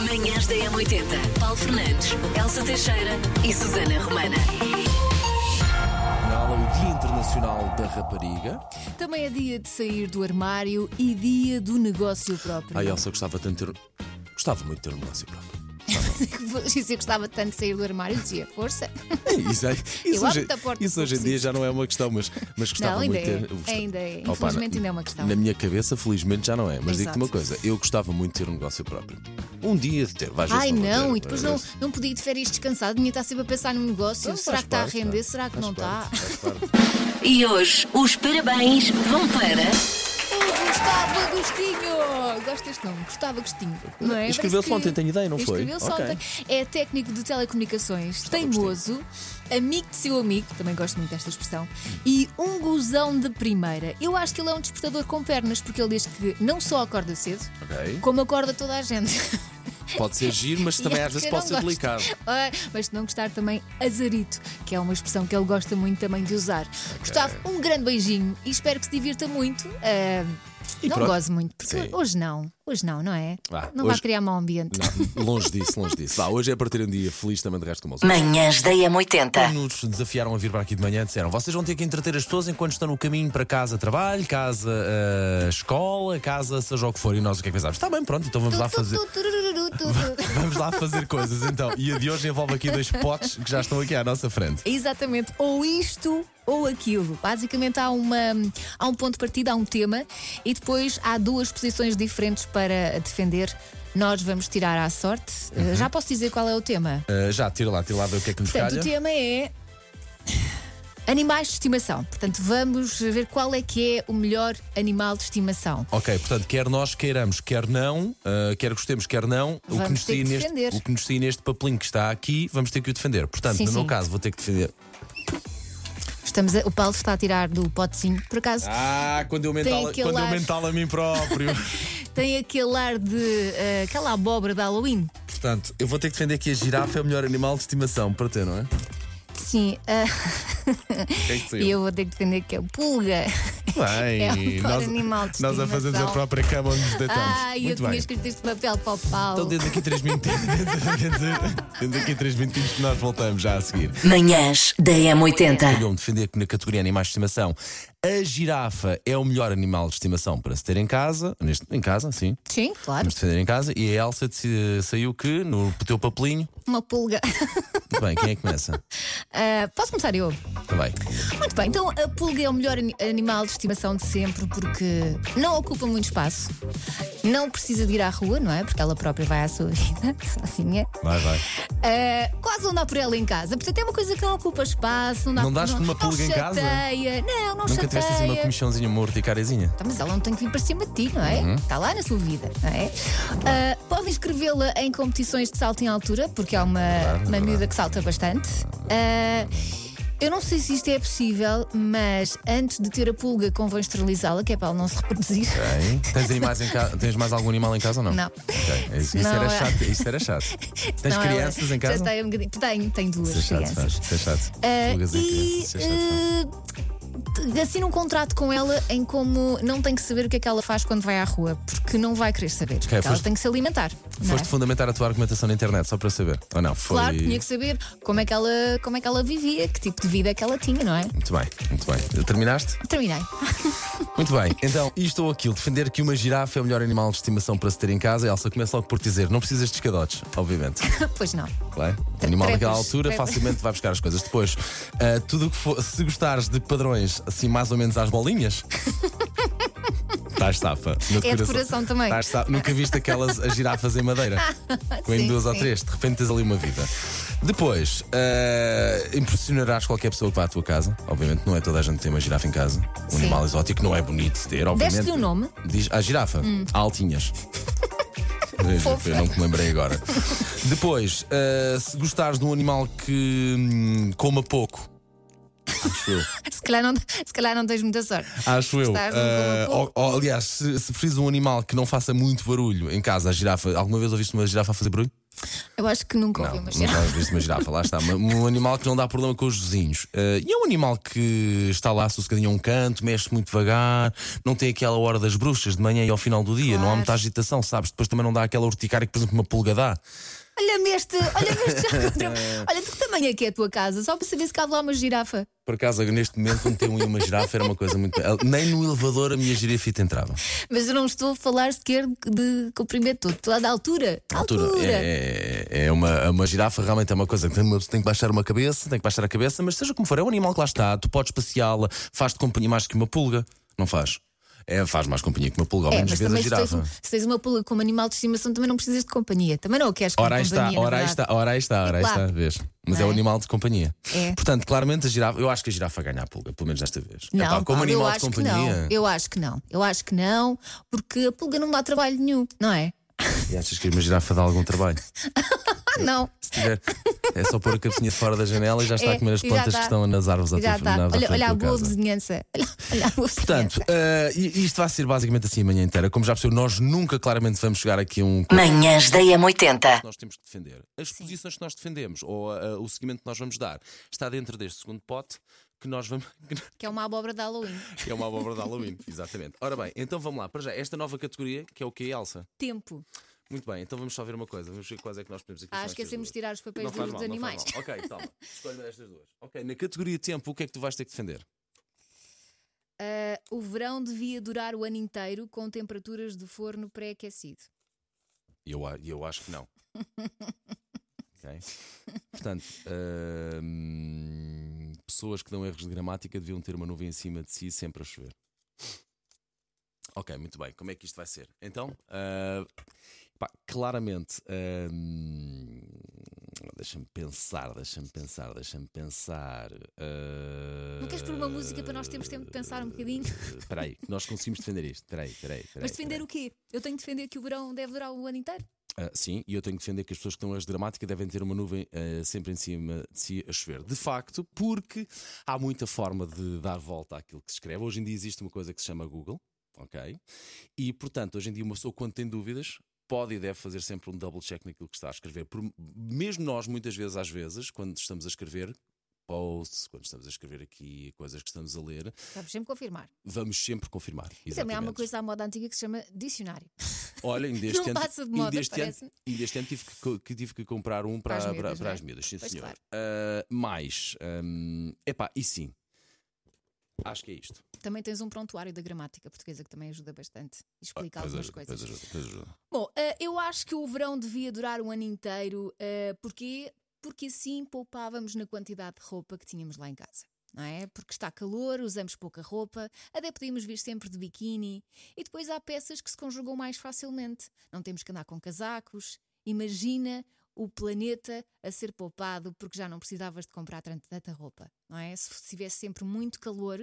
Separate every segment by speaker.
Speaker 1: Manhãs da M80. Paulo Fernandes, Elsa Teixeira e Susana Romana.
Speaker 2: Afinal, é o Dia Internacional da Rapariga.
Speaker 3: Também é dia de sair do armário e dia do negócio próprio.
Speaker 2: Ai, Ah, Elsa, gostava tanto de ter. Gostava muito de ter um negócio próprio.
Speaker 3: Se eu gostava tanto de sair do armário, dizia força.
Speaker 2: Isso, é- isso
Speaker 3: abro-te
Speaker 2: hoje,
Speaker 3: a porta
Speaker 2: isso
Speaker 3: se
Speaker 2: hoje em
Speaker 3: for
Speaker 2: dia já não é uma questão, mas, mas gostava
Speaker 3: Não, ainda
Speaker 2: muito de ter. um
Speaker 3: é. Ainda é.
Speaker 2: Opa,
Speaker 3: Infelizmente
Speaker 2: na-
Speaker 3: ainda é uma questão.
Speaker 2: Na minha cabeça, felizmente já não é. Mas digo-te
Speaker 3: Exato.
Speaker 2: uma coisa: eu gostava muito de ter um negócio próprio. Um dia de ter, vais
Speaker 3: Ai não, e depois não, não podia ir de férias descansado, tinha estar sempre a pensar num negócio. Será que está a render? Será que não está?
Speaker 1: E hoje os parabéns vão para.
Speaker 3: O Gustavo Agostinho! Gosto deste nome, Gustavo Agostinho. não é?
Speaker 2: Escreveu-se
Speaker 3: Parece que-
Speaker 2: ontem, tenho ideia, não foi?
Speaker 3: Escreveu-se
Speaker 2: Ok.
Speaker 3: ontem. É técnico de telecomunicações, teimoso, amigo de seu amigo, também gosto muito desta expressão, e um gozão de primeira. Eu acho que ele é um despertador com pernas, porque ele diz que não só acorda cedo,
Speaker 2: Ok.
Speaker 3: como acorda toda a gente.
Speaker 2: Pode ser giro, mas também
Speaker 3: E é
Speaker 2: às vezes
Speaker 3: eu não
Speaker 2: pode ser
Speaker 3: gosto.
Speaker 2: delicado.
Speaker 3: Ah, Mas se não gostar também, azarito, que é uma expressão que ele gosta muito também de usar. Gustavo, um grande beijinho e espero que se divirta muito. Ah,
Speaker 2: E
Speaker 3: não
Speaker 2: pronto.
Speaker 3: goze muito, porque
Speaker 2: Sim.
Speaker 3: hoje não, hoje não, não é?
Speaker 2: Vá,
Speaker 3: não vai
Speaker 2: hoje-
Speaker 3: criar mau ambiente.
Speaker 2: Não, longe disso, longe disso. Vá, hoje é para ter um dia feliz também de resto como os outros.
Speaker 1: Manhãs da M80.
Speaker 4: nos desafiaram a vir para aqui de manhã disseram vocês vão ter que entreter as pessoas enquanto estão no caminho para casa, trabalho, casa, eh, escola, casa, seja o que for. E nós o que é que pensámos? Está bem, pronto, então vamos lá fazer.
Speaker 3: Tu, tu, turururu, tu, tu.
Speaker 4: Vamos lá fazer coisas então. E a de hoje envolve aqui dois potes que já estão aqui à nossa frente.
Speaker 3: Exatamente, ou isto ou aquilo. Basicamente há, uma, há um ponto de partida, há um tema e depois há duas posições diferentes para defender. Nós vamos tirar à sorte.
Speaker 2: Uhum.
Speaker 3: Ah, Já posso dizer qual é o tema?
Speaker 4: Eh, já, tira lá, tira lá, ver o que é que nos
Speaker 3: Portanto,
Speaker 4: calha.
Speaker 3: o tema é animais de estimação. Portanto, vamos ver qual é que é o melhor animal de estimação.
Speaker 4: Ok, portanto, quer nós queiramos, quer não, eh, quer gostemos, quer não, o
Speaker 3: Vamos
Speaker 4: que, nos
Speaker 3: ter
Speaker 4: sair
Speaker 3: que
Speaker 4: neste,
Speaker 3: defender.
Speaker 4: o que nos sair neste papelinho que está aqui, vamos ter que o defender. Portanto,
Speaker 3: Sim,
Speaker 4: no meu
Speaker 3: sim.
Speaker 4: caso, vou ter que defender.
Speaker 3: Estamos a- o Paulo está a tirar do potezinho, por acaso.
Speaker 4: Ah, quando eu
Speaker 3: mental-
Speaker 4: mental,
Speaker 3: aquele quando eu ar. mental
Speaker 4: a mim próprio.
Speaker 3: Tem aquele ar de. eh, aquela abóbora de Halloween.
Speaker 4: Portanto, eu vou ter que defender que a girafa é o melhor animal de estimação para ter, não é?
Speaker 3: Sim. ah,
Speaker 4: é que saiu?
Speaker 3: e eu vou ter que defender que é o pulga.
Speaker 4: Bem,
Speaker 3: É o melhor animal de
Speaker 4: nós a
Speaker 3: estimação.
Speaker 4: fazermos a própria cama onde nos deitamos.
Speaker 3: Ai, eu
Speaker 4: Então, Muito
Speaker 3: tinha
Speaker 4: bem.
Speaker 3: escrito este papel para o Paulo.
Speaker 4: Então temos aqui três minutinhos. temos- temos aqui três minutinhos que nós voltamos já a seguir.
Speaker 1: Manhãs da M80.
Speaker 4: Calhou-me defender que na categoria animais de estimação a girafa é o melhor animal de estimação para se ter em casa. Neste, em casa, sim.
Speaker 3: Sim, claro.
Speaker 4: Vamos defender em casa. E a Elsa deci- saiu que no teu papelinho.
Speaker 3: Uma pulga.
Speaker 4: Muito bem, quem é que começa?
Speaker 3: Ah, posso começar eu?
Speaker 4: Está bem.
Speaker 3: Muito bem, então a pulga é o melhor ani- animal de estimação de sempre porque não ocupa muito espaço, não precisa de ir à rua, não é? Porque ela própria vai à sua vida, sozinha.
Speaker 4: Vai, vai.
Speaker 3: Ah, quase não dá por ela em casa, portanto é uma coisa que não ocupa espaço, não dá
Speaker 4: Não dás por uma pulga em casa?
Speaker 3: chateia. Não, não
Speaker 4: Nunca tiveste assim uma
Speaker 3: chateia.
Speaker 4: comichãozinha, uma urticariazinha?
Speaker 3: Tá, Mas ela não tem que vir para cima de ti, não
Speaker 4: Uhum.
Speaker 3: é? Está lá na sua vida, não é? Ah, pode inscrevê-la em competições de salto em altura, porque há uma,
Speaker 4: é
Speaker 3: uma miúda que salta bastante. Ah, eu não sei se isto é possível, mas antes de ter a pulga, convém esterilizá-la, que é para ela não se reproduzir.
Speaker 4: Bem, Tens, animais em ca... Tens mais algum animal em casa ou não?
Speaker 3: Não.
Speaker 4: Ok, Isso, isso
Speaker 3: Não,
Speaker 4: era
Speaker 3: é-
Speaker 4: chato. Isso era chato. Tens
Speaker 3: Não, ela
Speaker 4: crianças em
Speaker 3: Já
Speaker 4: casa?
Speaker 3: tem um bocadinho. Tenho, tenho duas
Speaker 4: Isso é chato,
Speaker 3: crianças.
Speaker 4: faz. Isso é chato.
Speaker 3: Ah,
Speaker 4: Pulgas em
Speaker 3: e
Speaker 4: crianças, isso é chato.
Speaker 3: ah, assina um contrato com ela em como não tem que saber o que é que ela faz quando vai à rua, porque não vai querer saber. porque ela
Speaker 4: foste-
Speaker 3: tem que se alimentar. não é?
Speaker 4: Foste fundamentar a tua argumentação na internet, só para eu saber. Ou não? Foi.
Speaker 3: Claro, tinha que saber como é que, ela, como é que ela vivia, que tipo de vida é que ela tinha, não é?
Speaker 4: Muito bem, muito bem. Terminaste?
Speaker 3: Terminei.
Speaker 4: Muito bem. Então, isto ou aquilo, defender que uma girafa é o melhor animal de estimação para se ter em casa, Elsa, começa logo por te dizer: não precisas de escadotes, obviamente.
Speaker 3: pois não.
Speaker 4: Claro. O é? animal daquela
Speaker 3: Trepas,
Speaker 4: altura
Speaker 3: trepas.
Speaker 4: facilmente vai buscar as coisas. Depois, ah, tudo o que for, se gostares de padrões assim mais ou menos às bolinhas. Estás safa. No
Speaker 3: É de coração também.
Speaker 4: Estás safa. Nunca viste aquelas as girafas em madeira? Com em
Speaker 3: Sim,
Speaker 4: duas ou
Speaker 3: sim.
Speaker 4: três, de repente tens ali uma vida. Depois, ah, impressionarás qualquer pessoa que vá à tua casa. Obviamente, não é toda a gente que tem uma girafa em casa. Um
Speaker 3: Sim.
Speaker 4: animal exótico não é bonito de ter, obviamente.
Speaker 3: Deste-lhe um nome? Hum.
Speaker 4: Diz a girafa, a altinhas. Eu não me lembrei agora. Depois, eh, se gostares de um animal que hum, coma pouco. Acho eu.
Speaker 3: Se calhar não, se calhar não tens muita sorte.
Speaker 4: Acho eu.
Speaker 3: Gostares de um coma
Speaker 4: Eh,
Speaker 3: pouco?
Speaker 4: ou- ou, aliás, se, se preferires de um animal que não faça muito barulho em casa, a girafa. Alguma vez ouviste uma girafa a fazer barulho?
Speaker 3: Eu acho que nunca ouvi
Speaker 4: Não,
Speaker 3: uma
Speaker 4: nunca
Speaker 3: girafa.
Speaker 4: viste uma girafa, lá está. Um um animal que não dá problema com os vizinhos. Eh, e é um animal que está lá sossegadinho a um canto, mexe muito devagar, não tem aquela hora das bruxas de manhã e ao final do dia, não há
Speaker 3: Claro.
Speaker 4: muita agitação, sabes? Depois também não dá aquela urticária que, por exemplo, uma pulga dá.
Speaker 3: Olha-me este, olha-me este já encontrou. Olha, de que tamanho é que é a tua casa? Só para saber se cabe lá uma girafa.
Speaker 4: Por acaso, neste momento, meter um e uma girafa era uma coisa muito. Nem no elevador a minha girafita entrava.
Speaker 3: Mas eu não estou a falar sequer de comprimento, estou a da altura.
Speaker 4: Altura. É, é- é uma, uma girafa, realmente é uma coisa que tem, uma- tem que baixar uma cabeça, tem que baixar a cabeça, mas seja como for, é um animal que lá está. Tu podes passeá-la, faz-te companhia mais que uma pulga, não faz? É, faz mais companhia que uma pulga, ao
Speaker 3: É,
Speaker 4: menos
Speaker 3: mas
Speaker 4: vês a
Speaker 3: também se tens, um-
Speaker 4: girafa.
Speaker 3: se tens uma pulga como animal de estimação, também não precisas de companhia. Também não a queres como
Speaker 4: Ora aí está,
Speaker 3: companhia, na
Speaker 4: ora aí está,
Speaker 3: verdade.
Speaker 4: ora aí está, ora aí está,
Speaker 3: Claro.
Speaker 4: vês. Mas é
Speaker 3: Não
Speaker 4: um
Speaker 3: é?
Speaker 4: animal de companhia.
Speaker 3: É.
Speaker 4: Portanto, claramente a girafa, eu acho que a girafa ganha a pulga, pelo menos desta vez.
Speaker 3: Não,
Speaker 4: Epá, como
Speaker 3: Paulo, eu
Speaker 4: animal de
Speaker 3: acho que
Speaker 4: companhia.
Speaker 3: não. Eu acho que não. Eu acho que não, porque a pulga não dá trabalho nenhum, não é?
Speaker 4: E achas que uma girafa dá algum trabalho?
Speaker 3: Ah, não.
Speaker 4: Se tiver, é só pôr a cabecinha de fora da janela e já está
Speaker 3: É,
Speaker 4: a comer as
Speaker 3: e já
Speaker 4: plantas
Speaker 3: está.
Speaker 4: que estão nas árvores à
Speaker 3: Já
Speaker 4: tua, na
Speaker 3: está.
Speaker 4: árvore à
Speaker 3: Olha,
Speaker 4: frente
Speaker 3: olha
Speaker 4: da
Speaker 3: a
Speaker 4: tua
Speaker 3: boa
Speaker 4: casa.
Speaker 3: vizinhança. Olha, olha a boa
Speaker 4: Portanto,
Speaker 3: vizinhança.
Speaker 4: eh, i- isto vai ser basicamente assim a manhã inteira. Como já percebeu, nós nunca claramente vamos chegar aqui a um.
Speaker 1: Manhãs da M80.
Speaker 4: Nós temos que defender. As posições que nós defendemos ou eh, o seguimento que nós vamos dar está dentro deste segundo pote que nós vamos.
Speaker 3: Que é uma abóbora de Halloween.
Speaker 4: que é uma abóbora de Halloween. Exatamente. Ora bem, então vamos lá. Para já, esta nova categoria que é o que, Elsa?
Speaker 3: Tempo.
Speaker 4: Muito bem, então vamos só ver uma coisa. Vamos ver quais é que nós podemos aqui.
Speaker 3: Ah,
Speaker 4: são estas
Speaker 3: esquecemos
Speaker 4: duas.
Speaker 3: de tirar os papéis
Speaker 4: Não faz
Speaker 3: duros
Speaker 4: mal,
Speaker 3: dos
Speaker 4: não faz
Speaker 3: animais.
Speaker 4: mal. Ok, toma. Escolhe estas duas. Ok, na categoria tempo, o que é que tu vais ter que defender?
Speaker 3: Ah, o verão devia durar o ano inteiro com temperaturas de forno pré-aquecido.
Speaker 4: Eu, a- eu acho que não. ok? Portanto, hum, pessoas que dão erros de gramática deviam ter uma nuvem em cima de si sempre a chover. Ok, muito bem. Como é que isto vai ser? Então, ah, pá, claramente, hum, deixa-me pensar, deixa-me pensar, deixa-me pensar. ah,
Speaker 3: Não queres pôr uma música para nós termos tempo de pensar um bocadinho?
Speaker 4: Espera aí, nós conseguimos defender isto. Espera aí, espera aí. espera
Speaker 3: Mas
Speaker 4: aí,
Speaker 3: defender
Speaker 4: espera aí.
Speaker 3: o quê? Eu tenho que defender que o verão deve durar o ano inteiro?
Speaker 4: Ah, sim, e eu tenho que defender que as pessoas que estão as dramática devem ter uma nuvem ah, sempre em cima de si a chover. De facto, porque há muita forma de dar volta àquilo que se escreve. Hoje em dia existe uma coisa que se chama Google, ok? E portanto, hoje em dia, uma pessoa quando tem dúvidas. Pode e deve fazer sempre um double check naquilo que está a escrever. Por- mesmo nós, muitas vezes, às vezes, quando estamos a escrever posts, quando estamos a escrever aqui coisas que estamos a ler,
Speaker 3: Sabes sempre confirmar.
Speaker 4: vamos sempre confirmar.
Speaker 3: E também há uma
Speaker 4: Exatamente.
Speaker 3: coisa à moda antiga que se chama dicionário.
Speaker 4: Olha, ainda este
Speaker 3: Não
Speaker 4: ano,
Speaker 3: passa de
Speaker 4: ainda
Speaker 3: moda,
Speaker 4: este ano-
Speaker 3: parece-me.
Speaker 4: ainda este ano tive que, co- que tive que comprar um
Speaker 3: Para
Speaker 4: para,
Speaker 3: as
Speaker 4: para,
Speaker 3: miúdas, não
Speaker 4: para
Speaker 3: é?
Speaker 4: as miúdas, sim
Speaker 3: Pois
Speaker 4: senhor.
Speaker 3: claro.
Speaker 4: Ah, mais, hum, epá, e sim, acho que é isto.
Speaker 3: Também tens um prontuário da gramática portuguesa que também ajuda bastante. E Explica
Speaker 4: Ah, Pois
Speaker 3: algumas
Speaker 4: ajuda,
Speaker 3: coisas.
Speaker 4: pois ajuda, pois ajuda.
Speaker 3: Bom, eh, eu acho que o verão devia durar o ano inteiro. eh, porquê? Porque assim poupávamos na quantidade de roupa que tínhamos lá em casa. Não é? Porque está calor, usamos pouca roupa, até podíamos vir sempre de biquíni. E depois há peças que se conjugam mais facilmente. Não temos que andar com casacos. Imagina o planeta a ser poupado porque já não precisavas de comprar tran- tanta roupa. Não é? Se f- tivesse sempre muito calor,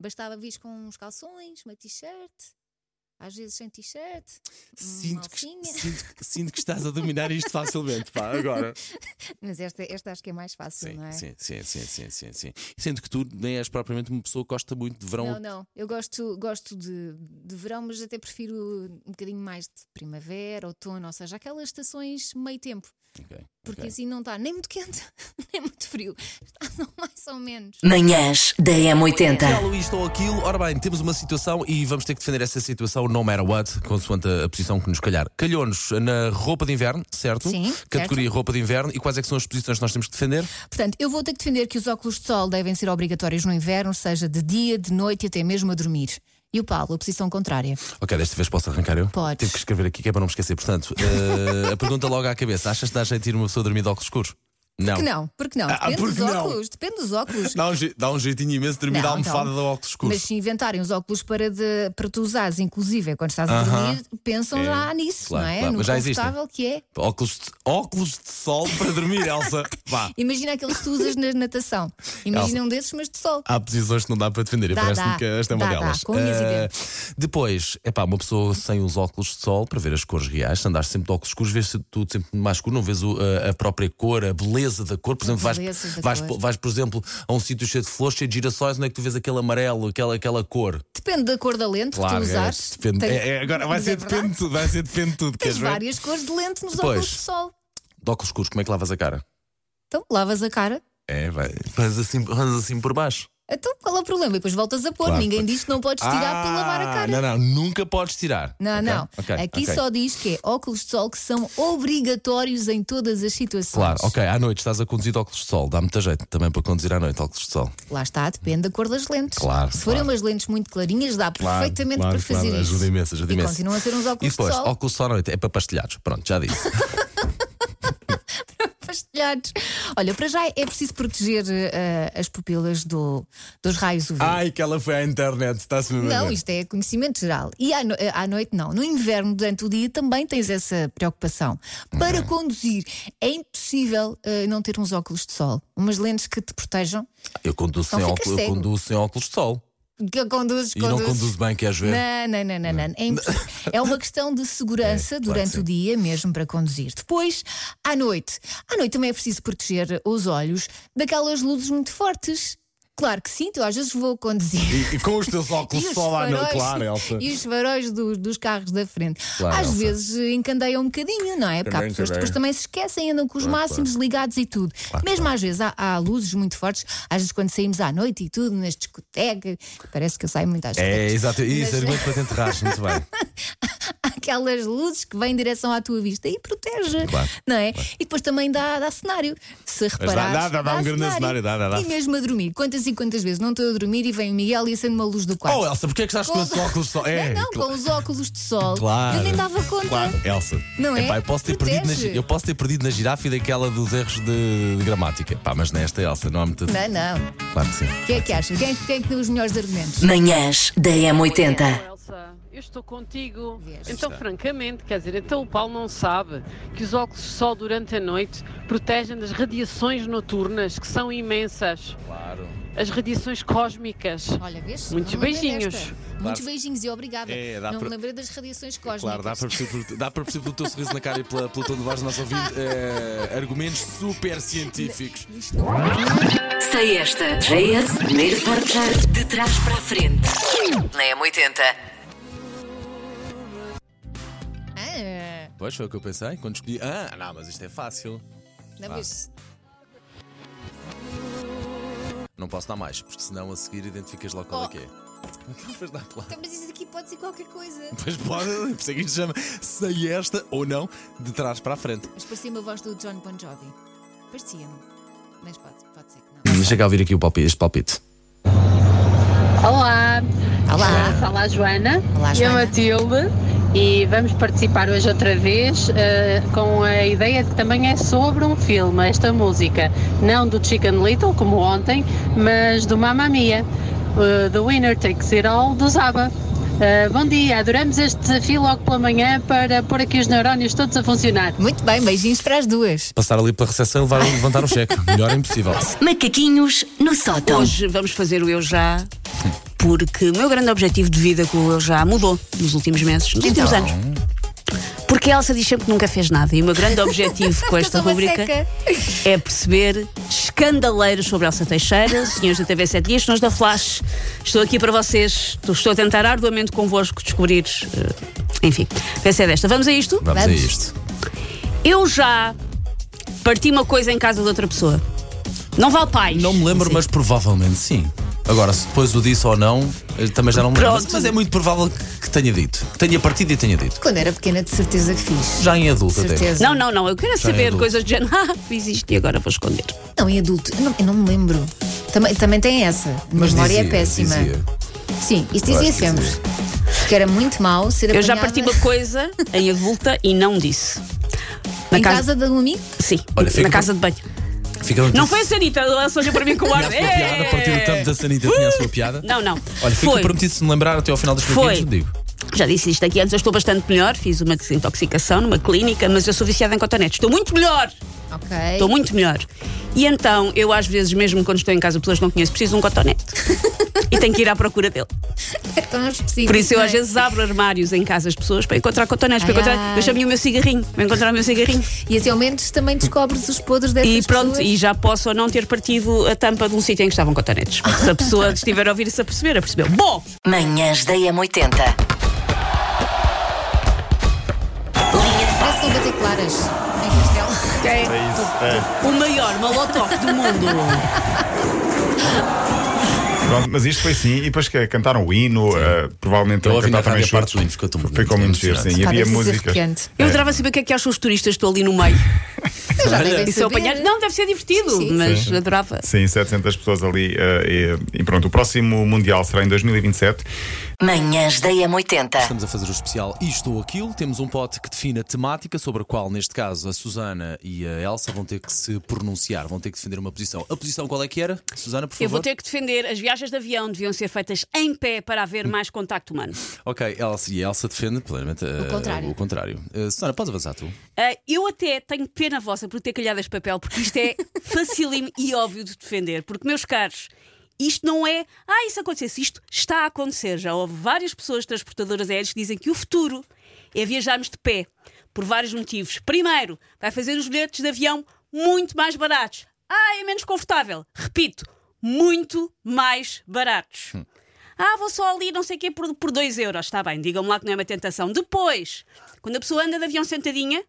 Speaker 3: bastava vir com uns calções, uma t-shirt, às vezes sem t-shirt.
Speaker 4: Sinto que,
Speaker 3: alcinha.
Speaker 4: sinto, que- sinto que estás a dominar isto facilmente, pá, agora.
Speaker 3: Mas esta, esta acho que é mais fácil,
Speaker 4: Sim,
Speaker 3: não é?
Speaker 4: sim, sim, sim, sim, sim, sim. Sinto que tu nem és propriamente uma pessoa que gosta muito de verão.
Speaker 3: Não, não. Eu gosto, gosto de, de verão, mas até prefiro um bocadinho mais de primavera, outono, ou seja, aquelas estações meio tempo.
Speaker 4: Ok,
Speaker 3: Porque
Speaker 4: ok.
Speaker 3: assim não está nem muito quente, nem muito frio. Está só mais ou menos.
Speaker 1: Manhãs da
Speaker 3: Então.
Speaker 1: M80.
Speaker 4: Aquilo, Então. isto ou aquilo, ora bem, temos uma situação e vamos ter que defender essa situação no matter what, consoante a, a posição que nos calhar. Calhou-nos na roupa de inverno, certo?
Speaker 3: Sim,
Speaker 4: Categoria roupa de inverno e quais é que são as posições que nós temos que defender?
Speaker 3: Portanto, eu vou ter que defender que os óculos de sol devem ser obrigatórios no inverno, seja de dia, de noite e até mesmo a dormir. E o Paulo, a posição contrária.
Speaker 4: Ok, desta vez posso arrancar eu?
Speaker 3: Podes.
Speaker 4: Tive que escrever aqui que é para não me esquecer. Portanto, eh, a pergunta logo à cabeça: achas que dá jeito de ir uma pessoa dormir de óculos escuros? Não.
Speaker 3: Que não, porque não? Depende
Speaker 4: Ah, porque
Speaker 3: dos
Speaker 4: não?
Speaker 3: óculos, depende dos óculos.
Speaker 4: Dá um, je- dá um jeitinho imenso de dormir
Speaker 3: Não,
Speaker 4: da almofada
Speaker 3: não.
Speaker 4: de óculos escuros.
Speaker 3: Mas se inventarem os óculos para, de- para tu usares, inclusive é quando estás a dormir, pensam
Speaker 4: É,
Speaker 3: já nisso,
Speaker 4: claro,
Speaker 3: não é?
Speaker 4: claro,
Speaker 3: no
Speaker 4: mas já existem.
Speaker 3: confortável que é.
Speaker 4: Óculos, de, óculos de sol para dormir, Elsa. Vá.
Speaker 3: Imagina aqueles que tu usas na natação. Imagina um desses, mas de sol.
Speaker 4: há posições que não dá para defender. e
Speaker 3: Dá,
Speaker 4: Parece-me
Speaker 3: dá.
Speaker 4: que esta é uma
Speaker 3: Dá, dá.
Speaker 4: delas.
Speaker 3: Com unhas e
Speaker 4: Ah,
Speaker 3: dentes.
Speaker 4: depois, é pá, uma pessoa sem os óculos de sol para ver as cores reais, se andares sempre de óculos escuros, vês tudo sempre mais escuro, não vês o- a, a própria cor, a beleza da cor. Por exemplo, vais,
Speaker 3: beleza da
Speaker 4: vais,
Speaker 3: cor.
Speaker 4: po- vais, por exemplo, a um sítio cheio de flores, cheio de girassóis, onde é que tu vês aquele amarelo, aquela, aquela cor?
Speaker 3: Depende da cor da lente que tu
Speaker 4: é,
Speaker 3: usares.
Speaker 4: depende.
Speaker 3: Tem-
Speaker 4: É, é, agora vai
Speaker 3: Mas
Speaker 4: ser
Speaker 3: é verdade.
Speaker 4: depende de tudo, vai ser depende de tudo.
Speaker 3: Tens
Speaker 4: queres ver?
Speaker 3: várias cores de lente nos
Speaker 4: Depois.
Speaker 3: óculos de sol.
Speaker 5: De óculos escuros, como é que lavas a cara?
Speaker 3: Então lavas a cara.
Speaker 5: É, vai. Rãs assim, rãs assim por baixo.
Speaker 3: Então qual é o problema? E depois voltas a pôr.
Speaker 5: Claro. Ah,
Speaker 3: Ninguém diz que não podes tirar para lavar
Speaker 4: Ah,
Speaker 3: a cara.
Speaker 5: Não, não, nunca podes tirar.
Speaker 3: Não,
Speaker 5: Ok,
Speaker 3: não.
Speaker 5: ok,
Speaker 3: Aqui
Speaker 5: ok.
Speaker 3: só diz que é óculos de sol que são obrigatórios em todas as situações.
Speaker 5: Claro, ok, à noite estás a conduzir de óculos de sol, dá muito jeito também para conduzir à noite óculos de sol.
Speaker 3: Lá está, depende da cor das lentes.
Speaker 5: Claro,
Speaker 3: Se forem
Speaker 5: claro.
Speaker 3: umas lentes muito clarinhas, dá perfeitamente
Speaker 5: claro,
Speaker 3: para fazer
Speaker 5: claro,
Speaker 3: isso.
Speaker 5: ajuda imenso, ajuda
Speaker 3: e
Speaker 5: imenso.
Speaker 3: continuam a ser uns
Speaker 5: E
Speaker 3: óculos
Speaker 5: depois,
Speaker 3: de sol
Speaker 5: óculos de sol à noite é para pastelhados. Pronto, já disse.
Speaker 3: pastelhados. Olha, para já é preciso proteger eh, as pupilas do- dos raios UV.
Speaker 5: Ai, que ela foi à é internet, está-se mesmo a
Speaker 3: Não,
Speaker 5: ver.
Speaker 3: isto é conhecimento geral. E à, no- eh, à noite não. No inverno, durante o dia, também tens essa preocupação. Para conduzir, é impossível eh, não ter uns óculos de sol, umas lentes que te protejam.
Speaker 5: Eu conduzo, sem
Speaker 3: Não ficas
Speaker 5: óculos, eu
Speaker 3: cego.
Speaker 5: conduzo sem óculos de sol.
Speaker 3: Que conduzes,
Speaker 5: E não
Speaker 3: conduzes.
Speaker 5: conduzo bem, queres ver?
Speaker 3: Não, não, não, não, não. É, impossível. é uma questão de segurança
Speaker 5: É, claro
Speaker 3: durante
Speaker 5: que
Speaker 3: o
Speaker 5: sim.
Speaker 3: dia, mesmo para conduzir. Depois, à noite. À noite também é preciso proteger os olhos daquelas luzes muito fortes. Claro que sim, tu às vezes vou conduzir.
Speaker 5: E, e com os teus óculos
Speaker 3: E
Speaker 5: de
Speaker 3: os
Speaker 5: sol à noite,
Speaker 3: faróis-
Speaker 5: claro, Elsa.
Speaker 3: E os faróis do- dos carros da frente.
Speaker 5: Claro,
Speaker 3: Às
Speaker 5: Elsa.
Speaker 3: vezes eh, encandeiam um bocadinho, não é? Porque há
Speaker 5: Também,
Speaker 3: pessoas que
Speaker 5: também.
Speaker 3: depois também se esquecem, andam com os máximos ligados e tudo. Mesmo às vezes há, há luzes muito fortes, às vezes quando saímos à noite e tudo, nas discotecas, parece que eu saio muito às
Speaker 5: É, exato, isso,
Speaker 3: Mas-
Speaker 5: argumento para te enterrares, muito bem.
Speaker 3: aquelas luzes que vêm em direção à tua vista e protege,
Speaker 5: Claro,
Speaker 3: não é? E depois também dá, dá cenário. Se reparares,
Speaker 5: dá- dá- dá um grande cenário, dá- dá- dá.
Speaker 3: E mesmo a dormir, quantas e quantas vezes não estou a dormir e vem o Miguel e acende uma luz do quarto.
Speaker 5: Oh, Elsa, porquê é que estás com esses óculos de sol? É,
Speaker 3: não, não,
Speaker 5: cl-
Speaker 3: com os óculos de sol.
Speaker 5: claro.
Speaker 3: Eu nem dava conta.
Speaker 5: Claro, Elsa.
Speaker 3: Não é?
Speaker 5: Epá, eu, posso ter perdido na,
Speaker 3: Protege.
Speaker 5: gi- eu posso ter perdido na girafa e daquela dos erros de, de gramática. Pá, mas nesta, Elsa, não há muita.
Speaker 3: Não, é? não.
Speaker 5: Claro que sim.
Speaker 3: O que é que achas? Quem, quem é que deu os melhores argumentos?
Speaker 1: Manhãs da M80.
Speaker 6: Oh, Elsa, eu estou contigo.
Speaker 3: Vês?
Speaker 6: Então, francamente, quer dizer, então o Paulo não sabe que os óculos de sol durante a noite protegem das radiações noturnas, que são imensas.
Speaker 5: Claro.
Speaker 6: As radiações cósmicas.
Speaker 3: Olha, vês?
Speaker 6: Muitos
Speaker 3: Não me lembrei
Speaker 6: beijinhos.
Speaker 3: desta. Muitos beijinhos e obrigada.
Speaker 5: É, dá
Speaker 3: não
Speaker 5: pra-
Speaker 3: me lembrei das radiações cósmicas.
Speaker 4: Claro, dá para perceber, por- dá para perceber pelo teu sorriso na cara e pela, pelo tom de voz do nosso ouvinte eh, argumentos super científicos.
Speaker 1: Sei esta. JS, primeiro forte de trás para a frente. Na M80.
Speaker 3: Ah,
Speaker 4: Pois foi o que eu pensei quando escolhi. Ah, não, mas isto é fácil.
Speaker 3: não, mas
Speaker 4: Não posso dar mais, porque senão a seguir identificas logo qual é que é. Pois dá, claro.
Speaker 3: Então, mas isso aqui pode ser qualquer coisa.
Speaker 4: Pois pode, por isso é que isto chama sei esta ou não, de trás para a frente.
Speaker 3: Mas parecia-me a voz do John Bon Jovi. Parecia-me. Mas pode, pode ser que não.
Speaker 4: Deixa cá ouvir aqui o palpite, este palpite.
Speaker 7: Olá,
Speaker 3: Olá!
Speaker 7: olá a Joana
Speaker 3: Olá,
Speaker 7: e a
Speaker 3: Joana.
Speaker 7: Matilde e vamos participar hoje outra vez eh, com a ideia de que também é sobre um filme, esta música, não do Chicken Little, como ontem, mas do Mamma Mia, eh, The Winner Takes It All, do Zaba. Eh, bom dia, adoramos este desafio logo pela manhã para pôr aqui os neurónios todos a funcionar.
Speaker 3: Muito bem, beijinhos para as duas.
Speaker 5: Passar ali pela recepção e levar- levantar um cheque. Melhor é impossível.
Speaker 1: Macaquinhos no sótão.
Speaker 8: Hoje vamos fazer o Eu Já, porque o meu grande objetivo de vida com o Eu Já mudou nos últimos meses, nos últimos
Speaker 3: Então.
Speaker 8: anos. Porque a Elsa diz sempre que nunca fez nada e o meu grande objetivo com esta
Speaker 3: Eu sou uma
Speaker 8: rubrica
Speaker 3: seca.
Speaker 8: é perceber escandaleiros sobre Elsa Teixeira, senhores da TV 7 Dias, senhores da Flash. Estou aqui para vocês, estou a tentar arduamente convosco descobrir. eh, Enfim, pensei desta. Vamos a isto?
Speaker 5: Vamos, a
Speaker 3: Vamos.
Speaker 5: isto.
Speaker 8: Eu já parti uma coisa em casa de outra pessoa. Não vale pais.
Speaker 5: Não me lembro,
Speaker 8: Sim.
Speaker 5: mas provavelmente sim. Agora, se depois o disse ou não, eu também já não me lembro.
Speaker 8: Pronto.
Speaker 5: Mas, mas é muito provável que, que tenha dito. Que tenha partido e tenha dito.
Speaker 3: Quando era pequena, de certeza que fiz.
Speaker 5: Já em adulto até.
Speaker 3: certeza.
Speaker 8: Não, não, não. Eu quero é
Speaker 5: é
Speaker 8: saber
Speaker 5: adulto.
Speaker 8: coisas de género. Ah, fiz isto e agora vou esconder.
Speaker 3: Não, em adulto. Eu não, eu não me lembro. Também, também tem essa. A
Speaker 5: Mas
Speaker 3: memória é
Speaker 5: dizia,
Speaker 3: péssima.
Speaker 5: dizia.
Speaker 3: Sim, isto dizia
Speaker 5: acho que
Speaker 3: sempre. Que era muito mau ser
Speaker 8: Eu já
Speaker 3: apanhada
Speaker 8: parti uma coisa em adulta e não disse. Na
Speaker 3: Em casa de um amigo?
Speaker 8: Sim,
Speaker 5: Olha, fica-
Speaker 8: na casa de banho.
Speaker 5: Fica muito
Speaker 8: Não foi a Sanita, ela só olhou para mim com o ar.
Speaker 5: Tinha a sua piada,
Speaker 8: "Eh!"
Speaker 5: partiu o tampo da Sanita, tinha a sua piada.
Speaker 8: Não, não.
Speaker 5: Olha, fico
Speaker 8: foi.
Speaker 5: prometido se me lembrar até ao final dos
Speaker 8: Foi.
Speaker 5: pequenos, digo.
Speaker 8: Já disse isto aqui antes, eu estou bastante melhor. Fiz uma desintoxicação numa clínica, mas eu sou viciada em cotonetes. Estou muito melhor!
Speaker 3: Ok.
Speaker 8: Estou muito melhor. E então, eu às vezes, mesmo quando estou em casa de pessoas que não conheço, preciso de um cotonete. e tenho que ir à procura dele.
Speaker 3: Tão específico,
Speaker 8: Por isso eu
Speaker 3: não é?
Speaker 8: às vezes abro armários em casa das pessoas para encontrar cotonetes, para
Speaker 3: Ai,
Speaker 8: encontrar.
Speaker 3: ai.
Speaker 8: Eu chamo-lhe o meu cigarrinho, para encontrar o meu cigarrinho.
Speaker 3: E assim ao menos também descobres os podres dessas
Speaker 8: E pronto,
Speaker 3: pessoas.
Speaker 8: e já posso ou não ter partido a tampa de um sítio em que estavam cotonetes. Porque Se a pessoa estiver a ouvir-se a perceber, a percebeu. Bom!
Speaker 1: Manhãs da M80.
Speaker 3: Parece que vão bater claras em castelo.
Speaker 8: É
Speaker 9: É isso. É.
Speaker 8: o maior molotov do mundo.
Speaker 9: Pronto, mas isto foi sim. E depois que cantaram o hino, eh, provavelmente
Speaker 4: Eu
Speaker 9: a
Speaker 4: ouvi na
Speaker 9: cantar também
Speaker 4: rádio a
Speaker 9: shorts.
Speaker 4: parte do hino, ficou tão bonito,
Speaker 9: Ficou muito
Speaker 4: é
Speaker 9: giro, sim. E
Speaker 3: Pá,
Speaker 9: havia
Speaker 3: deve ser
Speaker 9: músicas.
Speaker 3: arrepiante.
Speaker 8: Eu adorava saber o que é que acham os turistas, estou ali no meio.
Speaker 3: Eu já devem
Speaker 8: E se eu
Speaker 3: saber.
Speaker 8: apanhar. Não, deve ser divertido,
Speaker 3: Sim, sim.
Speaker 8: mas adorava.
Speaker 9: Sim, 700 pessoas ali. eh, e, e pronto, o próximo Mundial será em 2027.
Speaker 1: Manhãs da M80.
Speaker 4: Estamos a fazer o especial Isto ou Aquilo. Temos um pote que define a temática, sobre a qual, neste caso, a Susana e a Elsa vão ter que se pronunciar, vão ter que defender uma posição. A posição qual é que era? Susana, por favor.
Speaker 8: Eu vou ter que defender, as viagens de avião deviam ser feitas em pé para haver mais contacto humano.
Speaker 4: Ok, Elsa, e a Elsa defende plenamente eh,
Speaker 3: contrário.
Speaker 4: o contrário. Eh, Susana, podes avançar tu?
Speaker 8: Ah, eu até tenho pena vossa por ter calhado este papel, porque isto é facílimo e óbvio de defender. Porque, meus caros, isto não é. Ah, isso acontecesse. Isto está a acontecer. Já houve várias pessoas transportadoras aéreas que dizem que o futuro é viajarmos de pé. Por vários motivos. Primeiro, vai fazer os bilhetes de avião muito mais baratos. Ah, é menos confortável. Repito, muito mais baratos. Ah, vou só ali, não sei o quê, por, por 2 euros. Está bem, digam-me lá que não é uma tentação. Depois, quando a pessoa anda de avião sentadinha,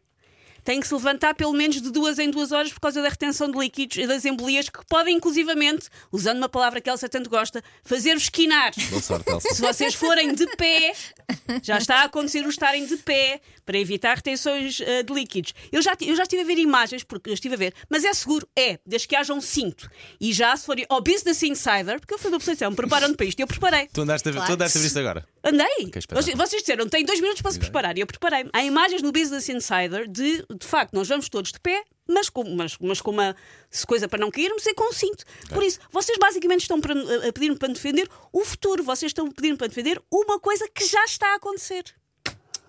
Speaker 8: tem que se levantar pelo menos de duas em duas horas por causa da retenção de líquidos e das embolias que podem, inclusivamente, usando uma palavra que a Elsa tanto gosta, fazer-vos esquinar.
Speaker 4: Boa sorte, Elsa.
Speaker 8: Se vocês forem de pé, já está a acontecer o estarem de pé para evitar retenções eh, de líquidos. Eu já, ti- eu já estive a ver imagens, porque eu estive a ver, mas é seguro, é, desde que haja um cinto. E já se forem ao Business Insider, porque eu fui uma é percepção, preparam-me um para isto, eu preparei.
Speaker 4: Tu andaste a ver, tu andaste a ver isto agora.
Speaker 8: Andei.
Speaker 4: espetáculo.
Speaker 8: Vocês- Vocês disseram, tem dois minutos para se preparar. E eu preparei-me. Há imagens no Business Insider de, de facto, nós vamos todos de pé, mas com, mas, mas com uma coisa para não cairmos e com um cinto. Por isso, vocês basicamente estão para- eh, a a pedir-me para defender o futuro. Vocês estão a pedir-me para defender uma coisa que já está a acontecer.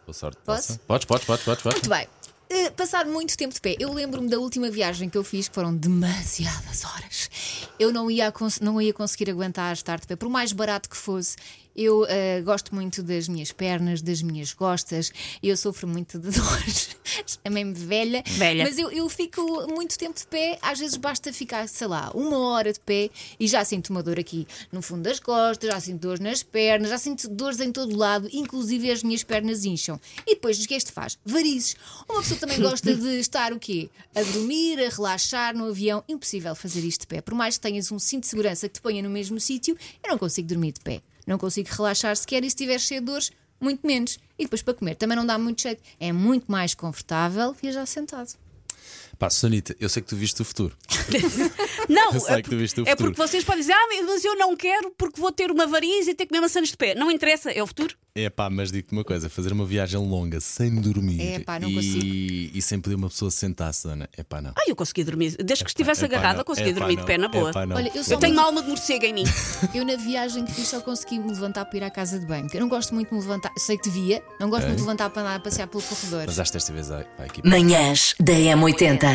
Speaker 4: Boa sorte.
Speaker 3: Posso?
Speaker 4: Elsa. Podes, podes, podes, podes. podes.
Speaker 3: Muito bem. Eh, passar muito tempo de pé. Eu lembro-me da última viagem que eu fiz, que foram demasiadas horas. Eu não ia, cons- não ia conseguir aguentar estar de pé, por mais barato que fosse. Eu eh, gosto muito das minhas pernas, das minhas costas, e eu sofro muito de dores. Chamei-me velha.
Speaker 8: Velha.
Speaker 3: Mas eu, eu fico muito tempo de pé, às vezes basta ficar, sei lá, uma hora de pé e já sinto uma dor aqui no fundo das costas, já sinto dores nas pernas, já sinto dores em todo lado, inclusive as minhas pernas incham. E depois o que é que este faz? Varizes. Uma pessoa também gosta de estar o quê? A dormir, a relaxar no avião. Impossível fazer isto de pé. Por mais que tenhas um cinto de segurança que te ponha no mesmo sítio, eu não consigo dormir de pé. Não consigo relaxar sequer e se tiver cheio de dores, muito menos. E depois para comer também não dá muito jeito. É muito mais confortável viajar sentado.
Speaker 4: Pá, Susanita, eu sei que tu viste o futuro.
Speaker 8: Não,
Speaker 4: Eu sei
Speaker 8: é,
Speaker 4: que tu viste o
Speaker 8: é
Speaker 4: futuro.
Speaker 8: porque vocês podem dizer, ah, mas eu não quero porque vou ter uma variz e ter que comer maçãs de pé. Não interessa, é o futuro.
Speaker 4: É pá, mas digo-te uma coisa: fazer uma viagem longa sem dormir
Speaker 3: É pá, não
Speaker 4: e, e sem poder uma pessoa sentar, Susana, é pá, não.
Speaker 8: Ah, eu consegui dormir. Desde que estivesse
Speaker 4: É pá,
Speaker 8: agarrada,
Speaker 4: não.
Speaker 8: consegui
Speaker 4: É pá,
Speaker 8: dormir de
Speaker 4: não.
Speaker 8: pé na
Speaker 4: É
Speaker 8: boa.
Speaker 4: pá, não.
Speaker 3: Olha, eu só
Speaker 8: eu tenho uma alma de morcego em mim.
Speaker 3: Eu na viagem que fiz só consegui me levantar para ir à casa de banho. porque Eu não gosto muito de me levantar, sei que devia, não gosto muito de levantar para andar a passear pelo corredor.
Speaker 4: Mas acho que desta vez vai vai aqui.
Speaker 1: Manhãs da M80.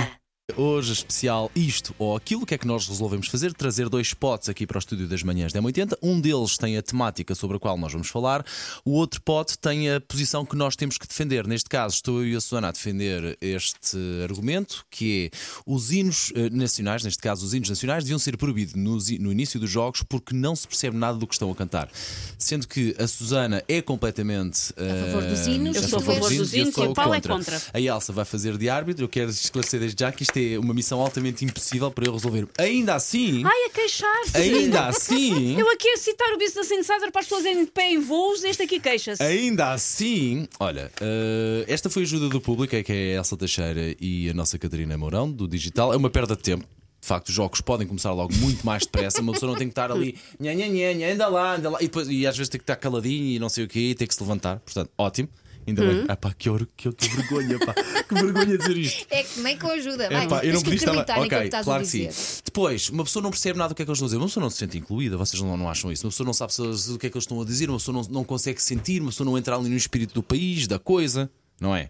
Speaker 4: Hoje, especial isto ou aquilo, o que é que nós resolvemos fazer? Trazer dois potes aqui para o estúdio das manhãs da M80. Um deles tem a temática sobre a qual nós vamos falar, o outro pote tem a posição que nós temos que defender. Neste caso, estou eu e a Susana a defender este argumento, que é os hinos eh, nacionais, neste caso, os hinos nacionais, deviam ser proibidos nos hi- no início dos jogos porque não se percebe nada do que estão a cantar. Sendo que a Susana é completamente. eh, A
Speaker 3: favor dos hinos,
Speaker 8: Eu sou a favor dos hinos e o Paulo é contra.
Speaker 4: a Elsa vai fazer de árbitro. Eu quero esclarecer desde já que isto é uma missão altamente impossível para eu resolver. Ainda assim,
Speaker 8: Ai, a queixar-se.
Speaker 4: ainda assim,
Speaker 8: Eu aqui a citar o Business Insider para as pessoas irem de pé em voos, este aqui queixa-se.
Speaker 4: ainda assim, olha, eh, esta foi a ajuda do público, é que é a Elsa Teixeira e a nossa Catarina Mourão, do Digital. É uma perda de tempo. De facto, os jogos podem começar logo muito mais depressa. Uma pessoa não tem que estar ali, nha, nha, nha, nha, anda lá, anda lá. E, depois, e às vezes tem que estar caladinho e não sei o quê, e tem que se levantar. Portanto, ótimo. Ainda
Speaker 8: Uhum.
Speaker 4: bem. Ah, pá, que, or- que, que vergonha, pá. Que vergonha dizer isto.
Speaker 3: É que nem com ajuda,
Speaker 4: É
Speaker 3: vai,
Speaker 4: pá, eu
Speaker 3: tens
Speaker 4: não
Speaker 3: que
Speaker 4: podia estar lá.
Speaker 3: acreditar naquilo que
Speaker 4: Ok,
Speaker 3: estás
Speaker 4: claro
Speaker 3: a
Speaker 4: que sim.
Speaker 3: dizer.
Speaker 4: Depois, uma pessoa não percebe nada do que é que eles estão a dizer, uma pessoa não se sente incluída, vocês não, não acham isso? Uma pessoa não sabe se- o que é que eles estão a dizer, uma pessoa não, não consegue sentir, uma pessoa não entra ali no espírito do país, da coisa, não é?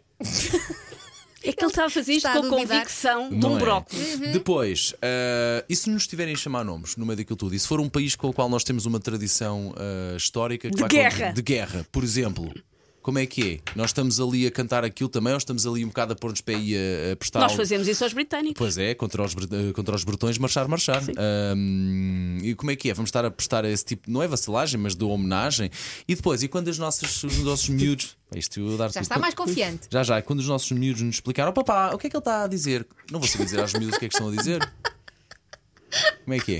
Speaker 8: É que ele estava a fazer isto
Speaker 3: Está a
Speaker 8: com a
Speaker 3: duvidar.
Speaker 8: convicção de
Speaker 4: Não
Speaker 8: um
Speaker 4: é?
Speaker 8: brócolis.
Speaker 3: Uhum.
Speaker 4: Depois, ah, e se nos tiverem a chamar nomes no meio daquilo tudo, e se for um país com o qual nós temos uma tradição ah, histórica que
Speaker 8: De
Speaker 4: vai
Speaker 8: guerra.
Speaker 4: contra- de guerra, por exemplo, Como é que é? Nós estamos ali a cantar aquilo também ou estamos ali um bocado a pôr-nos pé e a, a prestar
Speaker 8: Nós
Speaker 4: al-
Speaker 8: fazemos isso aos britânicos.
Speaker 4: Pois é, contra os, br- contra os bretões, marchar, marchar. Ahm, e como é que é? Vamos estar a prestar esse tipo, não é vacilagem, mas de homenagem. E depois, e quando os nossos, os nossos miúdos. é Isto eu dar
Speaker 3: Já está mais confiante.
Speaker 4: Já, já. Quando os nossos miúdos nos explicaram, oh, papá, o que é que ele está a dizer? Não vou saber dizer aos miúdos o que é que estão a dizer. Como é que é?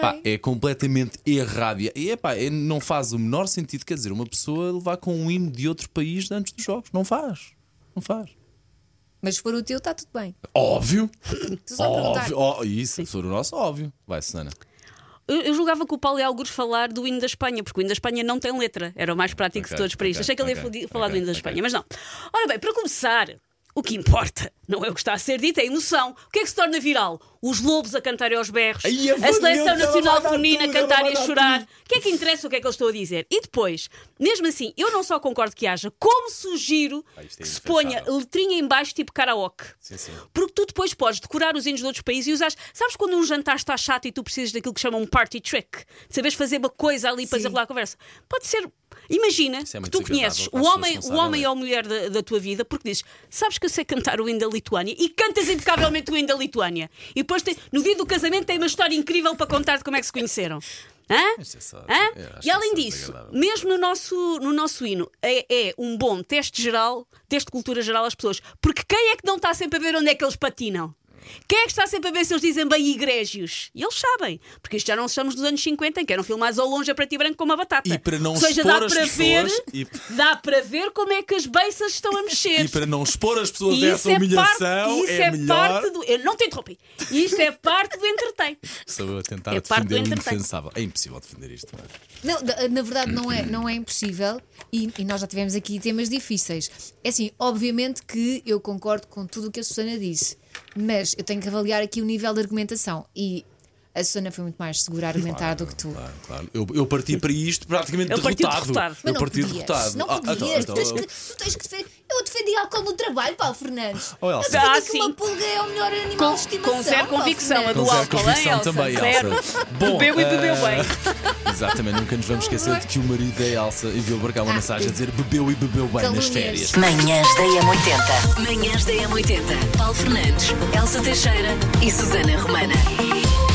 Speaker 4: Pá, é completamente errado. E epá, é- não faz o menor sentido, quer dizer, uma pessoa levar com um hino de outro país antes dos jogos. Não faz. Não faz.
Speaker 3: Mas se for o teu, está tudo bem.
Speaker 4: Óbvio.
Speaker 3: Tu só perguntar.
Speaker 4: Óbvio, ó, isso, se for o nosso, óbvio. Vai, Susana.
Speaker 8: Eu, eu julgava que o Paulo ia algures falar do hino da Espanha, porque o hino da Espanha não tem letra. Era o mais prático
Speaker 4: Ok,
Speaker 8: de todos para isto.
Speaker 4: ok,
Speaker 8: Achei que ele ia
Speaker 4: ok,
Speaker 8: fodi- falar do
Speaker 4: ok,
Speaker 8: hino da
Speaker 4: ok.
Speaker 8: Espanha, mas não. Ora bem, para começar, o que importa não é o que está a ser dito, é a emoção. O que é que se torna viral? Os lobos a cantarem aos berros,
Speaker 4: Ai, eu
Speaker 8: a
Speaker 4: vou-
Speaker 8: seleção
Speaker 4: ela vai
Speaker 8: nacional
Speaker 4: dar
Speaker 8: feminina
Speaker 4: tudo,
Speaker 8: a cantar
Speaker 4: ela
Speaker 8: e a
Speaker 4: vai dar
Speaker 8: chorar. O que é que interessa o que é que eles estão a dizer? E depois, mesmo assim, eu não só concordo que haja, como sugiro
Speaker 4: isto é
Speaker 8: que se ponha
Speaker 4: indefensável.
Speaker 8: letrinha em baixo, tipo karaoke.
Speaker 4: Sim, sim.
Speaker 8: Porque tu depois podes decorar os hinos de outros países e usar. Sabes quando um jantar está chato e tu precisas daquilo que chamam um party trick? De saberes fazer uma coisa ali para
Speaker 3: Sim.
Speaker 8: desenrolar a conversa? Pode ser. Imagina
Speaker 4: Isso é
Speaker 8: que
Speaker 4: muito
Speaker 8: tu conheces
Speaker 4: desagradável
Speaker 8: o
Speaker 4: para as
Speaker 8: homem,
Speaker 4: pessoas
Speaker 8: o
Speaker 4: não
Speaker 8: homem
Speaker 4: saberem.
Speaker 8: ou a mulher da, da tua vida porque dizes: Sabes que eu sei cantar o hino da Lituânia e cantas impecavelmente o hino da Lituânia. E depois, tem- no dia do casamento, tem uma história incrível para contar de como é que se conheceram. Hã?
Speaker 4: é só-
Speaker 8: Hã?
Speaker 4: eu acho
Speaker 8: E além
Speaker 4: isso é
Speaker 8: disso,
Speaker 4: desagradável.
Speaker 8: mesmo no nosso, no nosso hino, é, é um bom teste geral, teste de cultura geral às pessoas. Porque quem é que não está sempre a ver onde é que eles patinam? Quem é que está sempre a ver se eles dizem bem igrégios? E eles sabem, porque isto já não estamos nos anos 50 em que eram filmados ao longe a preto e branco com uma batata.
Speaker 4: E para não
Speaker 8: Ou seja,
Speaker 4: expor
Speaker 8: dá
Speaker 4: as
Speaker 8: para ver,
Speaker 4: pessoas e-
Speaker 8: dá para ver como é que as beiças estão a mexer.
Speaker 4: E para não expor as pessoas
Speaker 8: E
Speaker 4: a essa humilhação,
Speaker 8: é parte, isso
Speaker 4: é, melhor.
Speaker 8: parte do. Eu não te interrompi. Isto é parte do entretém.
Speaker 4: Sou eu a tentar
Speaker 8: É parte do
Speaker 4: defender o
Speaker 8: entretenimento.
Speaker 4: indefensável. É impossível defender isto. não é?
Speaker 3: Não, da- na verdade não é, não é impossível e, e nós já tivemos aqui temas difíceis. É assim, obviamente que eu concordo com tudo o que a Susana disse, mas eu tenho que avaliar aqui o nível de argumentação e a Susana foi muito mais segura a argumentar do que tu.
Speaker 4: Claro, claro. Eu, eu parti para isto praticamente
Speaker 8: Eu parti
Speaker 4: derrotado.
Speaker 8: derrotado.
Speaker 3: Mas
Speaker 4: eu
Speaker 3: não
Speaker 4: parti
Speaker 3: podias,
Speaker 4: derrotado.
Speaker 3: não
Speaker 4: Ah,
Speaker 3: podias.
Speaker 4: então,
Speaker 3: tu, tens
Speaker 4: então,
Speaker 3: que, tu tens que defender. Eu defender álcool no trabalho, Paulo Fernandes.
Speaker 4: Oh,
Speaker 3: eu
Speaker 4: Elsa.
Speaker 3: defendi
Speaker 8: Ah,
Speaker 3: que
Speaker 8: sim.
Speaker 3: uma pulga é o melhor animal
Speaker 8: Com-
Speaker 3: de estimação.
Speaker 8: com zero
Speaker 3: Paulo
Speaker 8: convicção, a
Speaker 3: Fernandes.
Speaker 4: com zero
Speaker 8: álcool, hein,
Speaker 4: convicção
Speaker 8: Elsa?
Speaker 4: também,
Speaker 8: Zero.
Speaker 4: Elsa.
Speaker 8: Bebeu e bebeu
Speaker 4: ah,
Speaker 8: bem.
Speaker 4: Exatamente, nunca nos vamos esquecer de que o marido é Elsa e viu marcar uma
Speaker 3: Ah,
Speaker 4: mensagem a dizer bebeu e bebeu bem
Speaker 3: Calúnias.
Speaker 4: nas férias.
Speaker 1: Manhãs da M80. Manhãs da M80. Paulo Fernandes, Elsa Teixeira e Susana Romana.